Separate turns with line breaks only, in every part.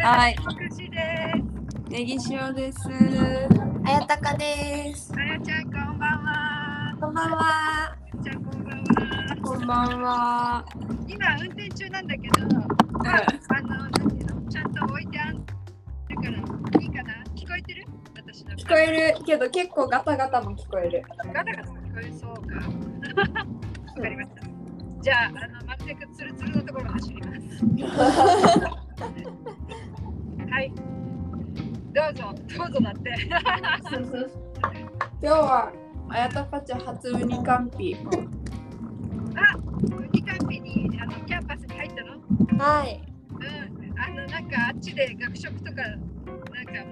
はい、
福祉です。
ネギ塩です。
あやたかです。
あやちゃん、こんばんは。
こんばんは。
あやちゃん、こんばんは。
こんばんは。
今、運転中なんだけど、まあ、あの、なんていうの、ちゃんと置いてあん。だから、いいかな。聞こえてる私の声。
聞こえるけど結構ガタガタも聞こえる。
ガタガタ聞こえそうか。わかりました。じゃあ、あの、全くツルツルのところを走ります。はい。どうぞ、どうぞだって。
今日はあやたかちゃん初ウニカンピ。
ウニカンピに、あの、キャンパスに入ったの。
はい。
うん、あのなんかあっちで学食とかなんかも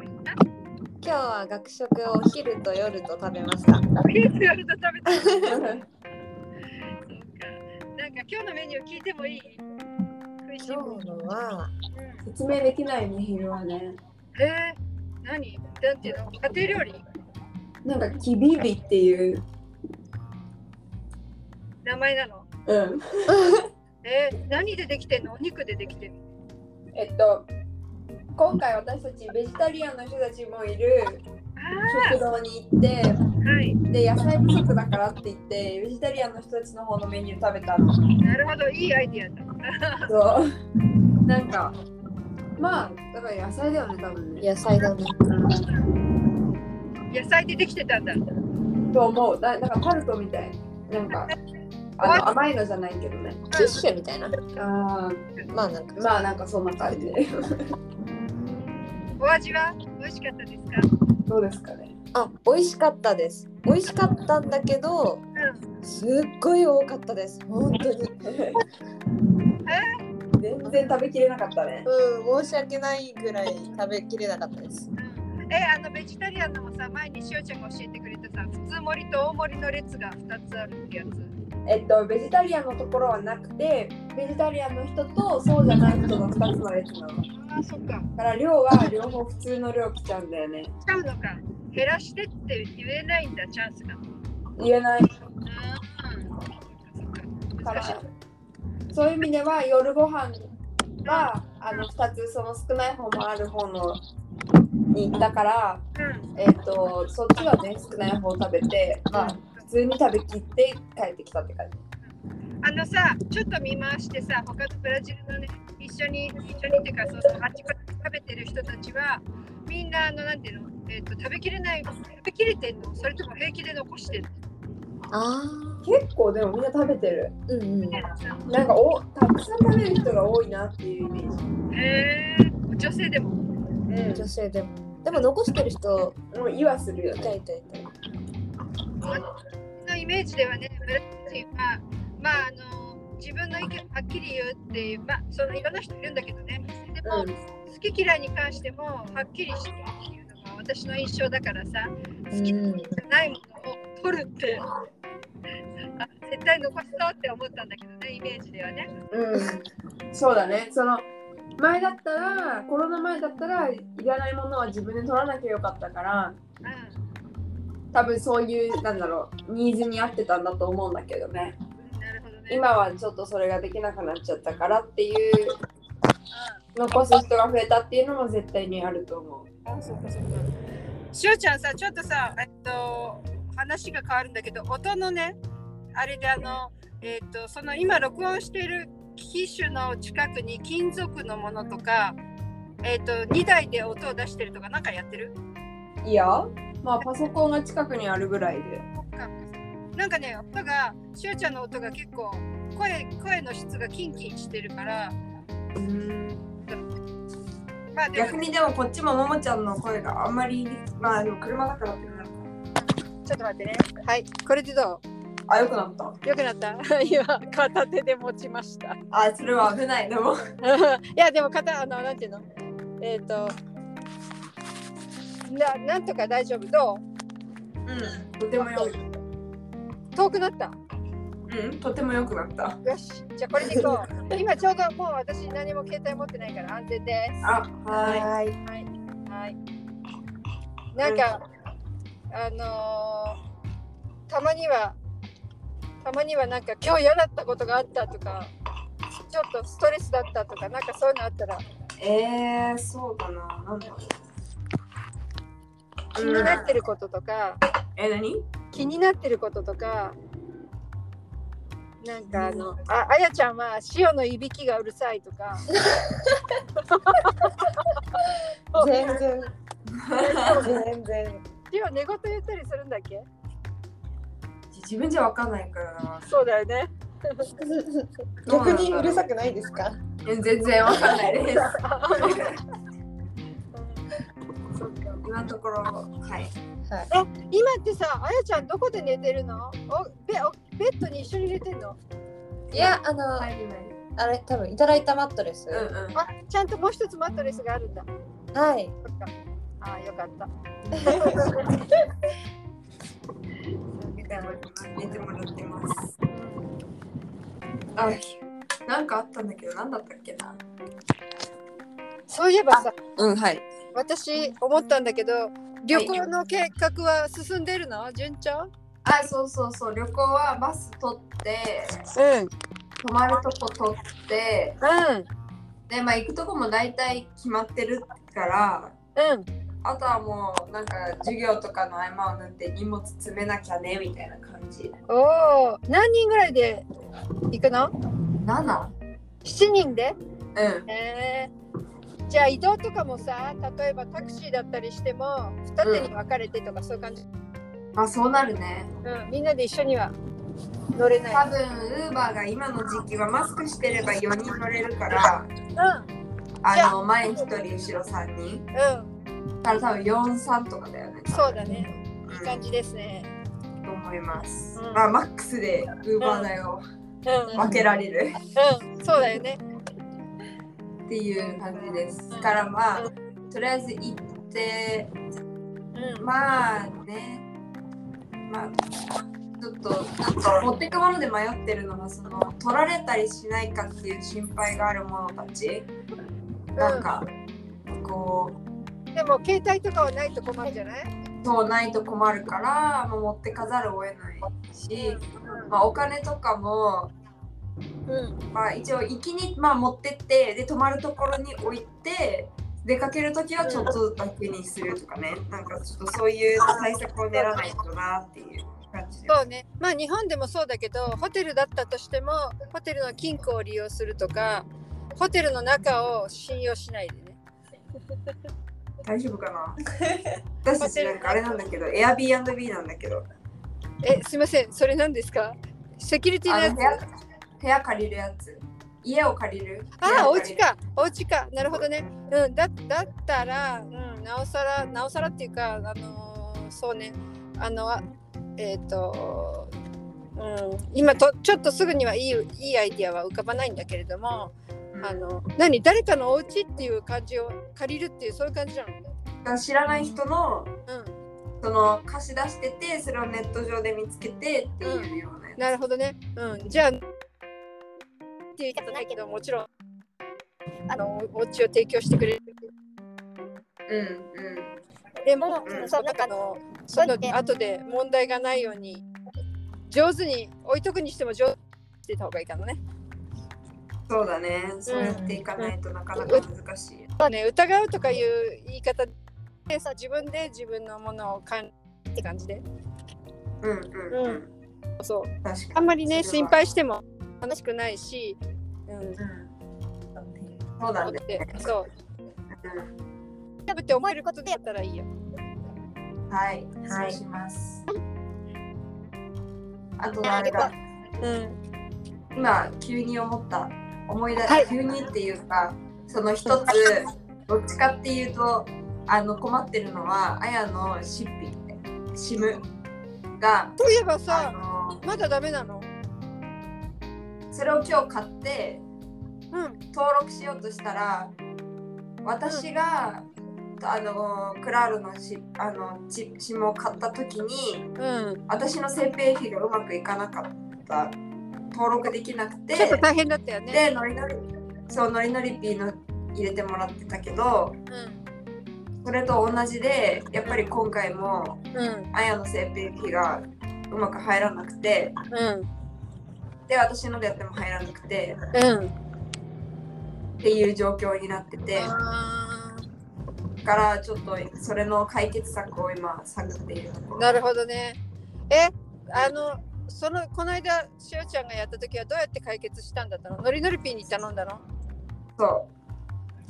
う行った
今日は学食を昼と夜と食べました。
お昼と夜と食べたそうかなんか今日のメニュー聞いてもいい食いしん坊
日のは
説明できないね昼はね。
えー、何なんていうの家庭料理
なんかキビビっていう。
名前なの
うん。
えー、何でできてんのお肉でできてんの
えっと今回私たちベジタリアンの人たちもいる
あ
食堂に行って
あはい
で野菜不足だからって言ってベジタリアンの人たちの方のメニュー食べたの。
なるほどいいアイディアだ
そうなんかまあだから野菜だよね多分ね。
野菜だね。
野菜でできてたんだ
と思うだなんかタルトみたいなんかあの甘いのじゃないけどね
キッシュみたいな。
あ
まあなんか
ーまあなんかそんな感じで
お味は美味しかったですか
どうですかね
あ美味しかったです。美味しかったんだけど、すっごい多かったです。本当に。
全然食べきれなかったね
うん申し訳ないぐらい食べきれなかったです。
うんえあのベジタリアンのもさ前にしおちゃんが教えてくれたさ普通盛りと大盛りの列が2つあるってやつ
えっとベジタリアンのところはなくてベジタリアンの人とそうじゃない人の2つの列なのだ
ああそっか
から量は両方普通の量来ちゃうんだよね
ちゃうのか減らしてって言えないんだチャンスが
言えない
うんそっかそっか
か
難しい
らそういう意味では夜ご飯はあの2つその少ない方もある方のに行ったから
うん
えっ、と、そっちはね、少ない方を食べて、まあ、普通に食べきって帰ってきたって感じ。
あのさちょっと見回してさ他のブラジルのね一緒に一緒にっていうかそのあっちこっち食べてる人たちはみんなあのなんていうのえっ、と食べきれない食べきれてんのそれとも平気で残してんの
あ
結構でもみんな食べてる。
あ。うんうん。
なんかお、たくさん食べる人が多いなっていうイメージ。
へえ女性でも
女性でも。でも残してる人
うん。もう言わするよ
いた
ね。
いたいた。
のイメージではね、ブラジル人は、まあ、あの自分の意見をはっきり言うっていう、まあ、そのいろんな人いるんだけどね、でも、
うん
好き嫌いに関してもはっきりしてっていうのが私の印象だからさ、
う
好きじ
ん。
ゃないものを取るって、あ絶対残そうって思ったんだけどね、イメージではね。
うん。そうだね。その、前だったら、コロナ前だったら、いらないものは自分で取らなきゃよかったから、
うん
多分そういう、なんだろう、ニーズに合ってたんだと思うんだけどね。
なるほどね。
今はちょっとそれができなくなっちゃったからっていう残す人が増えたっていうのも絶対にあると思う。
あそうかそうかしおちゃんさちょっとさえっと話が変わるんだけど音のねあれであのえっとその今録音している機種の近くに金属のものとかえっと2台で音を出してるとかなんかやってる
いや、まあパソコンが近くにあるぐらいで。
なんかね音がしおちゃんの音が結構声声の質がキンキンしてるからまあで
逆
も
にでもこっちもももちゃんの声があんまり、まあでも車だからってなるか
ちょっと待ってねはいこれでど
あ、よくなった。
うよくなった 今片手で持ちました
あ、それは危ない。でも、
いやでも肩あのなんていうのえっ、とななんとか大丈夫ど
うん、とてもよ
う遠くなった
うん、とてもよくなった。
よしじゃあこれでいこ う今ちょうどもう私何も携帯持ってないから安全です
あ、は
はい。
はいはいなんか、あのーたまにはたまにはなんか今日嫌だったことがあったとかちょっとストレスだったとかなんかそういうのあったら
い。えー、そうだな。なんだろう。
気になってることとか、
え、何
気になってることとかなんかあのああやちゃんは塩のいびきがうるさいとか
全然。全然。
塩寝言言ったりするんだっけ
自分じゃわかんないからな。
そうだよね
逆にうるさくないですか。
え全然わかんないです。
そっか
今のところ、はい。
はい。
今ってさあやちゃんどこで寝てるのおベおベッドに一緒に寝てんの
いや、あの、
入れない。
あれ、多分いただいたマットレス。
うんうん。
あちゃんともう一つマットレスがあるんだ
はい。
そっかあよかった
寝てもらってます。あ、なんかあったんだけど、なんだったっけな。
そういえばさ
うん、はい。
私思ったんだけど旅行の計画は進んでるの順調
あ、そうそうそう、旅行はバス取って、
うん
泊まるとこ取って、で、まあ、行くとこも大体決まってるから。
うんうん
あとはもうなんか授業とかの合間を縫って荷物詰めなきゃねみたいな感じ。
おお、何人ぐらいで行くの？
7?
七人で？
うん。
えー、じゃあ移動とかもさ、例えばタクシーだったりしても二手に分かれてとかそういう感じ。
まあそうなるね。
うん、みんなで一緒には乗れな
多
い。
分 Uber が今の時期はマスクしてれば4人乗れるから、
うん、
あの前1人後ろ3人。
うん、
だから多分4、3とかだよね。
そうだね。
うん。
いい感じですね。
と思います。
うん
まあマックスで Uber 代を
うん、
分けられる
うん、そうだよね。
っていう感じです。からまあ、とりあえず行って、
うん、
まあね、まあ、ちょっと、持ってくもので迷ってるのは、その、取られたりしないかっていう心配があるものたち、なんか、こ
でも携帯とかはないと困るじゃない？
う、そうないと困るから、まあ、持ってかざるを得ないし、まあ、お金とかも、
うん、うん、
まあ、一応、行きに、まあ、持ってって、で、泊まるところに置いて、出かけるときはちょっとだけにするとかね、なんかちょっとそういう対策を練らないとなっていう感じで。
そうね。まあ日本でもそうだけど、ホテルだったとしても、ホテルの金庫を利用するとか、ホテルの中を信用しないでね。
大丈夫か な私たちなんかあれなんだけど、Airbnb なんだけど、
え、すみません、それなんですか？セキュリティの
あ
や
の
つ
部。屋部屋借りるやつ、家を借りる。
ああ、お
部屋を借
家
りる。
か、お家か、なるほどね。うん、だだったら、うん、なおさら、なおさらっていうか、あのーそうね、あの、あえっ、と、うん、今とちょっとすぐにはいいいいアイディアは浮かばないんだけれども、
うん
あの何誰かのお家っていう感じを借りるっていうそういう感じなのね。
だから知らない人の
う
その貸し出してて、それをネット上で見つけてっていうようなや
ん、なるほどね。うん、じゃあっていうことないけどもちろんあのおお家を提供してくれる。
つ。うんうん。
でも、
うん
そうなんかあのそういうので後で問題がないように上手に置いとくにしても上手にしてた方がいいかもね。
そうだね。そうやっていかないとなかなか難しい。
そうね疑うとかいう言い方でさ自分で自分のものを管理って感じで
うんうん
う
うん。
そう
確か
あ
に。
んまりね
それ
心
は
配しても楽しくないし。うん
うんそうなんだよね。
そう。食べて思えることでやったらいいよ。
うんはい。そうします。あとあれだ。
うん。
今急に思った思い出、
はい
急にっていうかその一つどっちかっていうとあの困ってるのはあやのシッピシムが
そういえば
あ
さ、
の
まだダメなの。
それを今日買って
うん。
登録しようとしたら私が、あのクラールのシあのチシムを買った時に
うん。
私の設定費がうまくいかなかった登録できなくて
ちょっと大変だったよね。
でノリノリそうノリノリピーの入れてもらってたけど
う
それと同じでやっぱり今回も
ん。うん。
あやの性癖がうまく入らなくて
うん。
で私のでやっても入らなくて
うん。
っていう状況になってて
あ
だからちょっとそれの解決策を今探っているとこ
ー
ろ
なるほどねえあのそのこの間しおちゃんがやった時はどうやって解決したんだったのノリノリピーに頼んだの
そ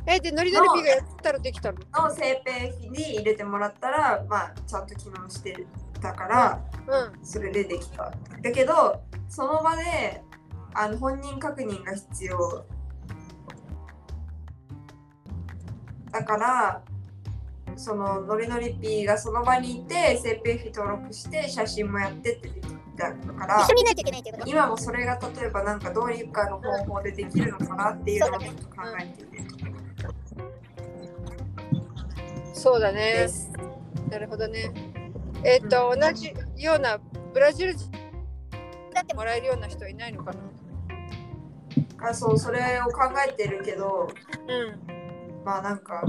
えでノリノリピーがやったらできたの
うの生ペ費に入れてもらったらまあちゃんと機能してたから
うん
それでできただけどその場であの本人確認が必要だからそのノリノリピーがその場にいて CPF 登録して写真もやってってできたから
一緒にいないといけないということ
今もそれが例えばなんかどういうかの方法でできるのかなっていうのをちょっと考えているところ
そうだ
で
ね
す。
なるほどねえっ、と、同じようなブラジル人だってもらえるような人いないのかな
あそうそれを考えてるけど
うん
まあなんか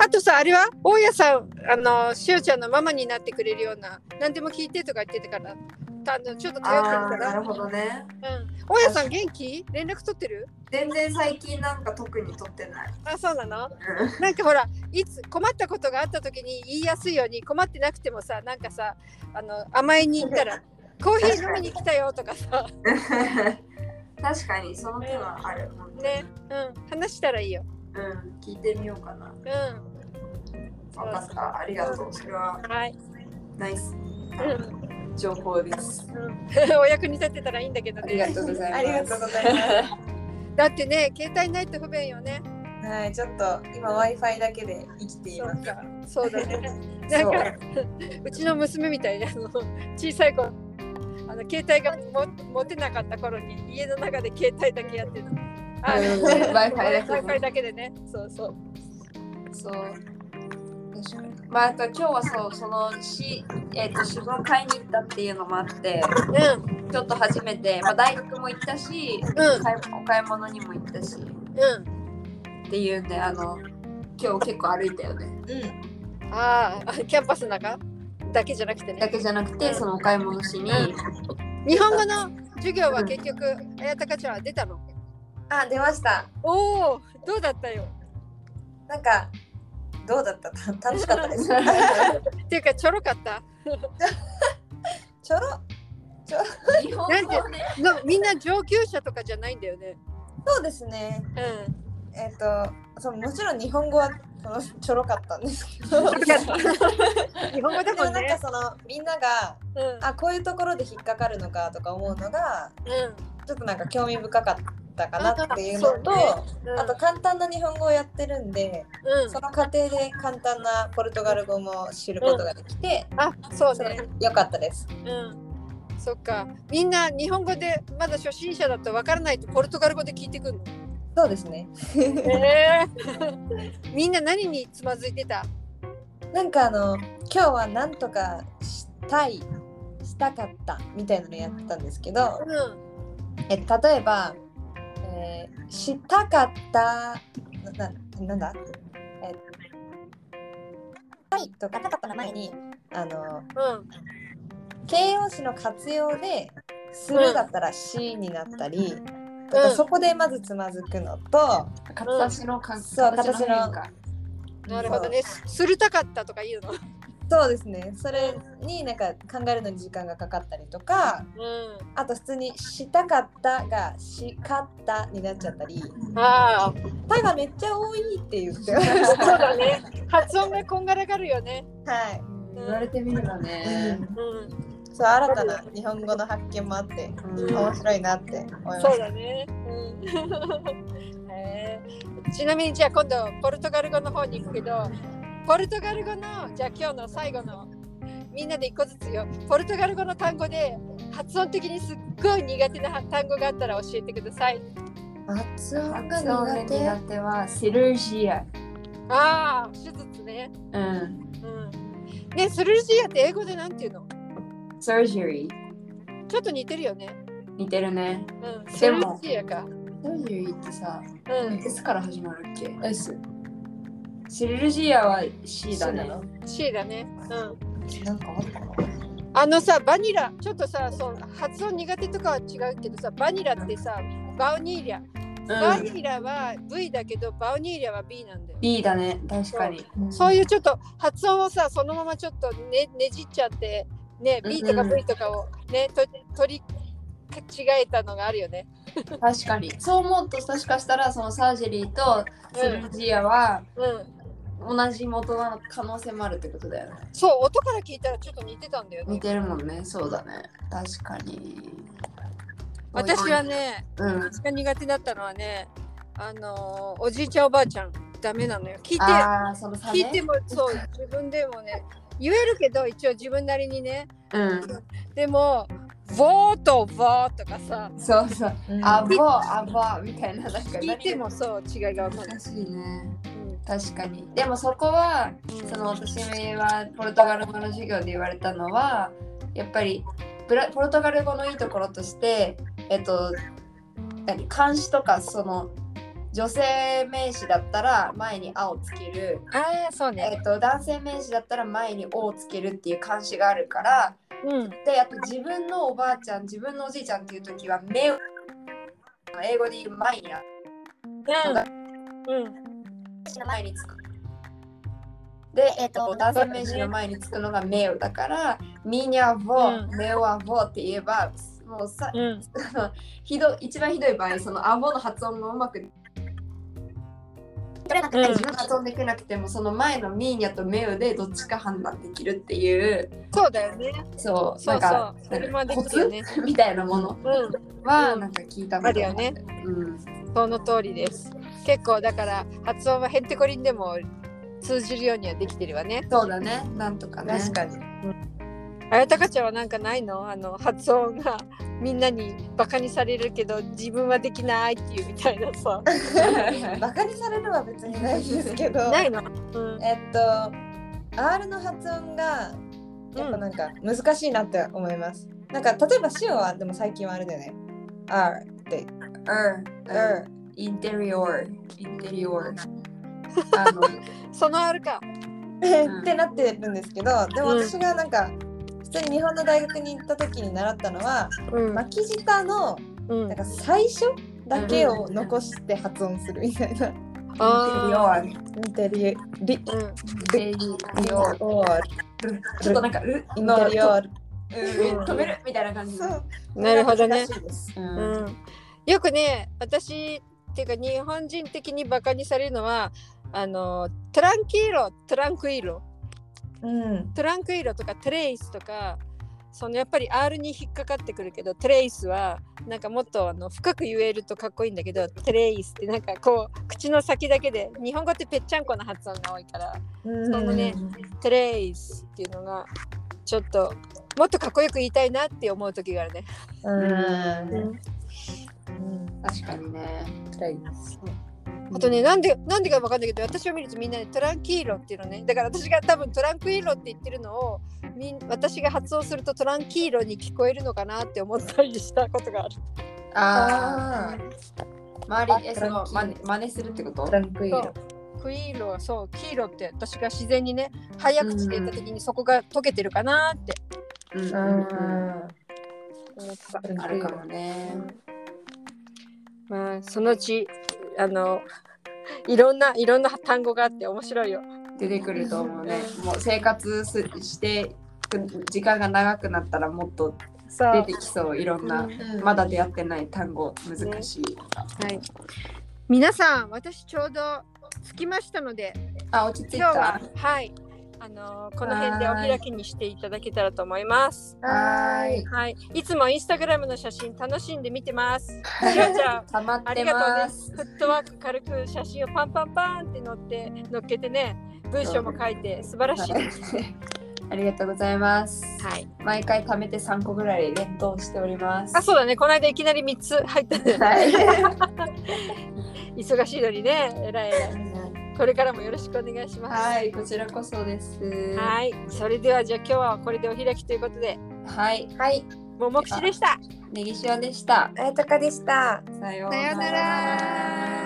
あとさあれは大家さんあのしおちゃんのママになってくれるような何でも聞いてとか言ってたからたのちょっと
あ
頼ってる
あ
か
ーな
ら、うん、
るほどね
大家さん元気連絡取ってる
全然最近なんか特に取ってない。
あそうなの
うん
なんかほらいつ困ったことがあった時に言いやすいように困ってなくてもさなんかさあの甘えに行った らコーヒー飲みに来たよとかさ
確かにその手はあるもんね。
ねうん話したらいいよ
うん、聞いてみようかな
う。ん
わかった、ありがとう。それは
はい、
ナイス
う
情報です。
ん うん、お役に立てたらいいんだけど
ありが
ね
とうございます。
ありがとうございま
だってね携帯ないと不便よね
はい、ちょっと今 Wi-Fi だけで生きてい
そう
ます。
か、そうだ ね。な
そ
ん
う
か、うちの娘みたいに、あの、小さい子。あの、携帯がも、持てなかった頃に、家の中で携帯だけやってた。あ、
うん Wi-Fi だけ
Wi-Fi だけでね。そうそう。
そう。確かにまあ、あと今日はそう、そのし、えっ、と、酒造買いに行ったっていうのもあって、
うん、
ちょっと初めて、まあ、大学も行ったし、
うん
買いお買い物にも行ったし、っ
う
ていうんで、あの、今日結構歩いたよね。
ん。ああ、キャンパスの中。だけじゃなくて
だ
ね。
けじゃなくて、そのお買い物しに、
日本語の授業は結局、あやたかちゃんは出たの。
あ、出ました。
おお、どうだった よ。
なんか、どうだった楽しかったで す。
っていうか、ちょろかった。
ちょろ、ちょろ、日本
なんて、の、みんな上級者とかじゃないんだよね。
そうですね。
うん。
えっ、とそのもちろん日本語はそのちょろかったんですけどで
日本語だ
も
も
なんんか
ね。
そのみんなが
うん。
あこういうところで引っかかるのかとか思うのが
う
ちょっとなんか興味深かったかなっていうのと
あそ
あ
ん。うん
と、簡単な日本語をやってるんで
うん
そ。の過程で簡単なポルトガル語も知ることができて、
あ、そう
そ
ね
れ。良かったです。
うん。そっか。みんな日本語でまだ初心者だとわからないとポルトガル語で聞いてくるの。
そうですね。
ええ。みんな何につまずいてた。
なんかあの今日はなんとかしたいしたかったみたいなのやってたんですけど
う、ん。
え例えば、えーしたかったなななんだえはいとか
したかったの前
にあの
うん。
形容詞の活用でするだったらしになったり、とか
うん
そこでまずつまずくのと、
形
の感
そう形の変化
なるほどね。するたかったとか言うの。
そうですねそれになんか考えるのに時間がかかったりとか
う
あと普通にしたかったがしかったになっちゃったり
ん。ああ。
たがめっちゃ多いって言って まし
そうだね。発音がこんがらがるよね。
た。はい
うん。
言われてみればね。
うん。
そう新たな日本語の発見もあって
うん
面白いなって思いま
そう
し
だね。うん。 へえちなみにじゃあ今度ポルトガル語の方に行くけど、ポルトガル語のじゃあ今日の最後のみんなで一個ずつよ。ポルトガル語の単語で発音的にすっごい苦手な単語があったら教えてください。
た。発音が
発音が
苦手。
苦手はセルジア。
ああ、手術ね。
うん。
うん。ね、スルジアって英語でなんていうの？
surgery。
ちょっと似てるよね。
似てるね。
うん。ス
で
ル
も
ジアか。
surgery ってさ、
うん
S から始まるっけ ?S。セルジアは C だね。
そうなの
C だね。うん。
なんかあったの
あのさバニラちょっとさそう発音苦手とかは違うけどさバニラってさバウニーリャバニラは V だけどバウニーリアは B なんだよ。
B だね、確かに。
そういうちょっと発音をさそのままちょっとねねじっちゃってね B とか V とかをねと取り違えたのがあるよね。
確かに。そう思うと、もしかしたらそのサージェリーと
うん
セルジアは
うん。
同じ元なの可能性もあるってことだよね。
そう音から聞いたらちょっと似てたんだよね
似。てるもんね、そうだね。確かに。
私はね
うん。
私が苦手だったのはねあのーおじいちゃんおばあちゃんダメなのよ。聞いて
ああ、その差
聞いて
ね。
も そう自分でもね言えるけど一応自分なりにね
うん。
でも「ボー」と「ボー」とかさ
そうそう。あぼ、あぼ、みたいな。なんか
聞いてもそう違いが分かんない。
難しいね。
うん
確かに。でもそこは、その私はポルトガル語の授業で言われたのは、やっぱりブラポルトガル語のいいところとして、えっと、何漢詞とかその女性名詞だったら前に「あ」をつける、
ああそう
え
ね。
っと、男性名詞だったら前に「お」をつけるっていう漢詞があるから
うん
であと自分のおばあちゃん自分のおじいちゃんっていう時は目を英語で言う前に
うん
の前につく。で、えっと、男性名詞の前につくのがメウだから、ミニャボ
う、ん
メウアボって言えば、もうさ、
うん
ひど一番ひどい場合、そのアボの発音もうまく、
うん
自分の発音できなくても、その前のミーニャとメウでどっちか判断できるっていう、
そうだよね。
そう、
そう
なん
そ
か
う。、それもで
コ
きるよ
ツ
ね。
みたいなもの
う
は、
うん
なんか聞いたこと
あるよね。
うん。
ん、その通りです。結構だから発音はへんてこりんでも通じるようにはできてるわね。
そうだね、なんとかね。
確かに。
あやたかちゃんはなんかないのあの発音が みんなにバカにされるけど自分はできないっていうみたいな さ。
バカにされるは別にないんですけど。
ないの、うん
えっと R の発音がやっぱなんか難しいなって思います。なんか例えば塩はでも最近はあれだよね。R っ
う
て。
ん。うん
R。
インテリオール、インテリオール。あの、
そのあるか。
ん
ってなってるんですけど、でも
うん
私がなんか普通に日本の大学に行った時に習ったのは
うん
巻き舌の
うん
なんか最初だけを残して発音するみたいな。
あ
インテリオール。
インテリリイン
ーうん
インテリオール。
オール
ちょっとなんか、う、
インテリオール。
うん止めるみたいな感じ。
そう
なるほどね
難。しいです
う。
うんん、よくね私っていうか日本人的にバカにされるのはあのトランキーロトランクイーロ
うん。
トランクイーロとかトレイスとかそのやっぱり R に引っかかってくるけどトレイスはなんかもっとあの深く言えるとかっこいいんだけどトレイスってなんかこう口の先だけで日本語ってぺっちゃんこの発音が多いから
そ
そのねトレイスっていうのがちょっともっとかっこよく言いたいなって思う時があるね。
うん。
うん
確かにね。
あとね、なんで、なんでかわかんないけど、私を見るとみんなね、トランキーロっていうのね。だから私が多分トランクイーロって言ってるのを、みん私が発音するとトランキーロに聞こえるのかなって思ったりしたことがある。
ああ。周り、え、
トラ
そ
ンキ
の、
ー
まね、真似するってこと。
ランクイ
そうクイーロはそう、キーロって私が自然にね、早口で言った時にそこが溶けてるかなって
うんうんうん。
思った。
あるかもね。
まあ、そのうち、あの、いろんな、いろんな単語があって面白いよ。
出てくると思うね。もう生活す、して。時間が長くなったら、もっと
そ
出
う
て。きそう、いろんな。
うん
まだ出会ってない単語、難しい。
はい。皆さん、私ちょうど着きましたので、
あ、落ち着い
今日
た
は。はいあのーこの辺でお開きにしていただけたらと思います
はーい。
はいいつもインスタグラムの写真楽しんで見てますしおちゃん
溜まっ
あ
て
りがとう
ま
ね
す。
フットワーク軽く写真をパンパンパンって乗って乗っけてね文章も書いて素晴らしいはい、
ありがとうございます。毎回貯めて3個ぐらい連投しております。
あそうだねこの間いきなり3つ入ったね
はい。
忙しいのにねえらいえらいこれからもよろしくお願いします
はい、こちらこそです。は
はいそれではじゃあ今日はこれでお開きということで
い。はい。
ももくしでした
ネギ塩でした。
あやたかでした。
さよう
さようなら